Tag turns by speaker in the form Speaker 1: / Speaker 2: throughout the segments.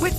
Speaker 1: With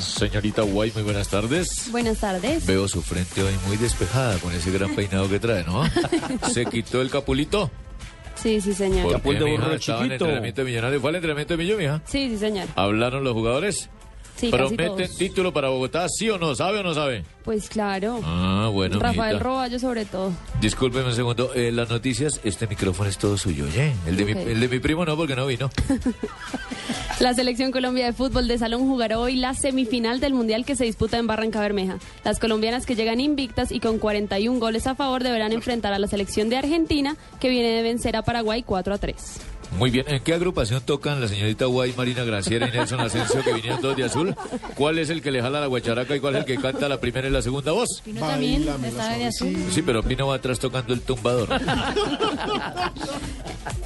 Speaker 2: Señorita Guay, muy buenas tardes.
Speaker 3: Buenas tardes.
Speaker 2: Veo su frente hoy muy despejada con ese gran peinado que trae, ¿no? Se quitó el capulito.
Speaker 3: Sí, sí, señor.
Speaker 2: Porque,
Speaker 4: Capul de
Speaker 2: mija,
Speaker 4: burro
Speaker 2: estaba en
Speaker 4: chiquito.
Speaker 2: entrenamiento de millonarios. ¿Fue el entrenamiento de millonarios, mija?
Speaker 3: Sí, sí, señor.
Speaker 2: ¿Hablaron los jugadores?
Speaker 3: Sí, casi
Speaker 2: ¿Prometen
Speaker 3: todos.
Speaker 2: título para Bogotá, sí o no? ¿Sabe o no sabe?
Speaker 3: Pues claro.
Speaker 2: Ah, bueno,
Speaker 3: Rafael
Speaker 2: mijita.
Speaker 3: Roballo sobre todo.
Speaker 2: Discúlpeme un segundo. Eh, las noticias, este micrófono es todo suyo, ¿eh? El de,
Speaker 3: Ok.
Speaker 2: mi, el de mi primo no, porque no vino.
Speaker 3: La selección Colombia de fútbol de salón jugará hoy la semifinal del Mundial que se disputa en Barranca Bermeja. Las colombianas que llegan invictas y con 41 goles a favor deberán enfrentar a la selección de Argentina que viene de vencer a Paraguay 4 a 3.
Speaker 2: Muy bien. ¿En qué agrupación tocan la señorita Guay, Marina Graciera y Nelson Asensio, que vinieron todos de azul? ¿Cuál es el que le jala la guacharaca y cuál es el que canta la primera y la segunda voz?
Speaker 3: Pino también está de azul.
Speaker 2: Sí, pero Pino va atrás tocando el tumbador.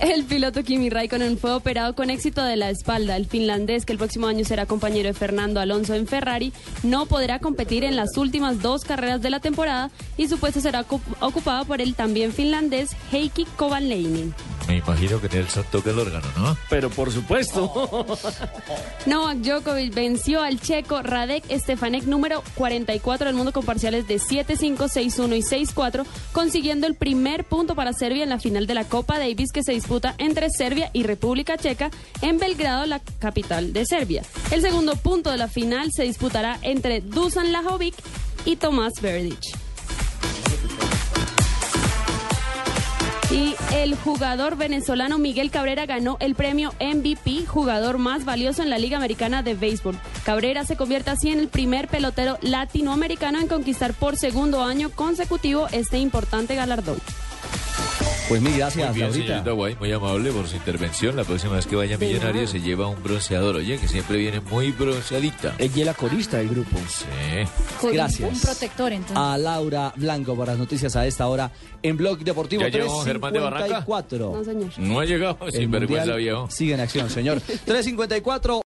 Speaker 3: El piloto Kimi Raikkonen fue operado con éxito de la espalda. El finlandés, que el próximo año será compañero de Fernando Alonso en Ferrari, no podrá competir en las últimas dos carreras de la temporada y su puesto será ocup- ocupado por el también finlandés Heikki Kovalainen.
Speaker 2: Me imagino que Nelson toca el órgano, ¿no?
Speaker 4: Pero por supuesto.
Speaker 3: Novak Djokovic venció al checo Radek Stefanek número 44 del mundo con parciales de 7-5, 6-1 y 6-4, consiguiendo el primer punto para Serbia en la final de la Copa Davis que se disputa entre Serbia y República Checa en Belgrado, la capital de Serbia. El segundo punto de la final se disputará entre Dusan Lajovic y Tomás Verdic. Y el jugador venezolano Miguel Cabrera ganó el premio MVP, jugador más valioso en la Liga Americana de Béisbol. Cabrera se convierte así en el primer pelotero latinoamericano en conquistar por segundo año consecutivo este importante galardón.
Speaker 4: Pues mil gracias,
Speaker 2: Muy bien,
Speaker 4: Laurita.
Speaker 2: señorita Guay, muy amable por su intervención. La próxima vez que vaya a Millonario se lleva un bronceador, oye, que siempre viene muy bronceadita.
Speaker 4: Ella es la corista del grupo.
Speaker 2: Sí.
Speaker 4: Gracias.
Speaker 5: Un protector, entonces.
Speaker 4: A Laura Blanco por las noticias a esta hora en Blog Deportivo
Speaker 2: ¿Ya llegó Germán de Barranca?
Speaker 4: 354.
Speaker 3: No, señor.
Speaker 2: No ha llegado,
Speaker 4: El
Speaker 2: sin vergüenza
Speaker 4: Mundial
Speaker 2: viejo.
Speaker 4: Sigue en acción, señor. 354.